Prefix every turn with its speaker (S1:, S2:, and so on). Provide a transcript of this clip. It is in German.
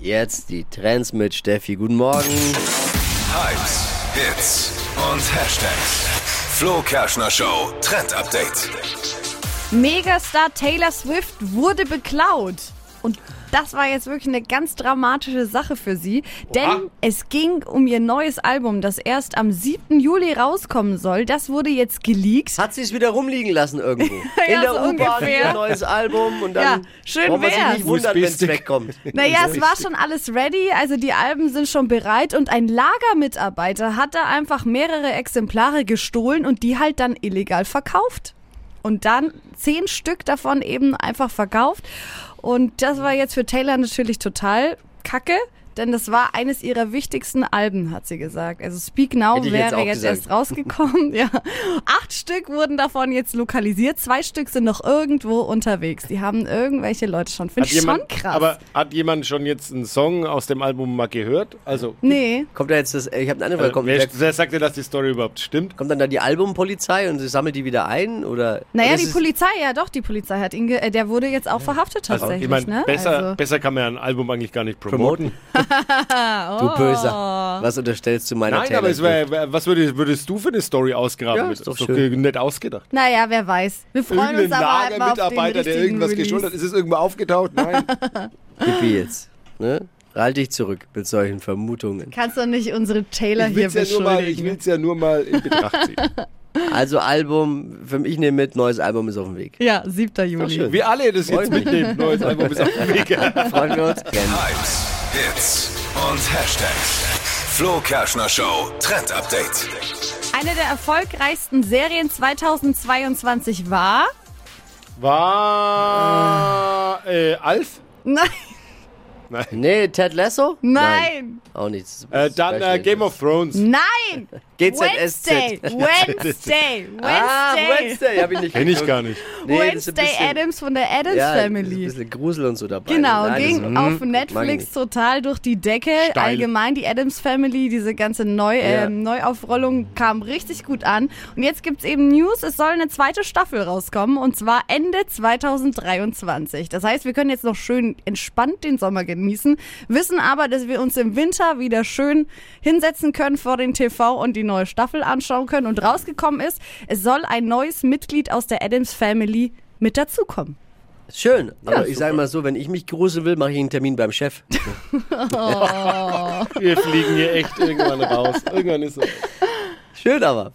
S1: Jetzt die Trends mit Steffi. Guten Morgen.
S2: Hypes, Hits und Hashtags. Flo Kerschner Show Trend Update.
S3: Megastar Taylor Swift wurde beklaut. Und das war jetzt wirklich eine ganz dramatische Sache für sie, denn es ging um ihr neues Album, das erst am 7. Juli rauskommen soll. Das wurde jetzt geleakt.
S1: Hat sie es wieder rumliegen lassen irgendwo?
S3: Ja,
S1: In der
S3: so
S1: U-Bahn,
S3: ungefähr.
S1: ihr neues Album und dann
S3: Ja, schön
S1: braucht man sich
S3: wär's.
S1: nicht wundern, wenn es
S4: USB-Stick.
S1: wegkommt.
S3: Naja, es war schon alles ready, also die Alben sind schon bereit und ein Lagermitarbeiter hat da einfach mehrere Exemplare gestohlen und die halt dann illegal verkauft. Und dann zehn Stück davon eben einfach verkauft. Und das war jetzt für Taylor natürlich total kacke, denn das war eines ihrer wichtigsten Alben, hat sie gesagt. Also Speak Now
S1: Hätte ich jetzt
S3: wäre
S1: auch
S3: jetzt,
S1: gesagt.
S3: erst rausgekommen. ja. Acht Stück wurden davon jetzt lokalisiert, zwei Stück sind noch irgendwo unterwegs. Die haben irgendwelche Leute schon. Finde
S4: Hat
S3: ich
S4: jemand,
S3: schon krass.
S4: Aber hat jemand schon jetzt einen Song aus dem Album mal gehört? Also,
S3: Nee.
S1: Kommt da jetzt das, ich habe eine andere Frage.
S4: also
S1: Kommt,
S4: wer,
S1: da-
S4: wer sagt denn, dass die Story überhaupt stimmt?
S1: kommt dann da die Albumpolizei und sie sammelt die wieder ein? Oder,
S3: Naja,
S1: oder
S3: die
S1: ist es-
S3: Polizei, ja doch, die Polizei hat ihn, ge äh, der wurde jetzt auch verhaftet
S4: Also,
S3: tatsächlich,
S4: ich meine,
S3: ne?
S4: besser,
S3: also,
S4: besser kann man ja ein Album eigentlich gar nicht promoten.
S1: Promoten.
S3: Oh.
S1: du Böser. Was unterstellst du meiner
S4: Nein,
S1: Taylor
S4: aber es
S1: Swift?
S4: wär, wär- was würdest, würdest du für eine Story ausgraben?
S1: Ja,
S4: Mit-
S1: ist doch
S4: ge- nett ausgedacht.
S3: naja, wer weiß. Wir freuen uns aber halt mal auf den
S4: der
S3: richtigen
S4: irgendwas
S3: Release.
S4: geschuldet hat. Ist es irgendwo aufgetaucht? Nein.
S1: Gib mir jetzt. Ne? Halt dich zurück mit solchen Vermutungen.
S3: Kannst doch nicht unsere Taylor
S4: ich
S3: hier
S4: will's ja nur mal, ich
S3: beschuldigen.
S4: will's ja nur mal in Betracht ziehen.
S1: Also Album, für mich nehme mit, neues Album ist auf dem Weg.
S3: Ja, 7. Juli.
S1: schön.
S4: Wir alle das
S1: Freut
S4: jetzt
S1: mich.
S4: mitnehmen. Neues Album ist auf dem Weg.
S1: Freuen wir uns. Gerne.
S2: Hypes, Hits und Hashtags. Flo Kerschner Show Trend Update.
S3: Eine der erfolgreichsten Serien 2022 war...
S4: War äh, Alf?
S3: Nein,
S1: Nee, Ted Lasso?
S3: nein,
S1: Auch nichts.
S4: Äh, dann äh, Game of Thrones.
S3: nein! Wednesday,
S1: GZSZ.
S3: Wednesday, Wednesday,
S1: Ah, Wednesday. Hab ich nicht
S4: Kenn ich
S1: geguckt.
S4: gar nicht.
S1: Nee, das ist ein
S3: Wednesday
S1: bisschen-
S3: Adams von der Adams
S1: ja, Ist ein
S3: Family.
S1: bisschen Grusel und so dabei.
S3: Genau,
S1: Nein, das
S3: ging
S1: ist-
S3: auf
S1: mag ich
S3: Netflix
S1: nicht.
S3: total durch die Decke. Allgemein die Adams Family, diese ganze Neu
S1: Ja.
S3: ähm, Neuaufrollung kam richtig gut an. Und jetzt gibt's eben News, es soll eine zweite Staffel rauskommen und zwar Ende 2023. Das heißt, wir können jetzt noch schön entspannt den Sommer genießen, wissen aber, dass wir uns im Winter wieder schön hinsetzen können vor den TV und die neue Staffel anschauen können. Und rausgekommen ist, es soll ein neues Mitglied aus der Adams Family mit dazukommen.
S1: Schön, aber ich sage mal so, wenn ich mich gruseln will, mache ich einen Termin beim Chef.
S4: Wir fliegen hier echt irgendwann raus. Irgendwann ist es.
S1: Schön aber.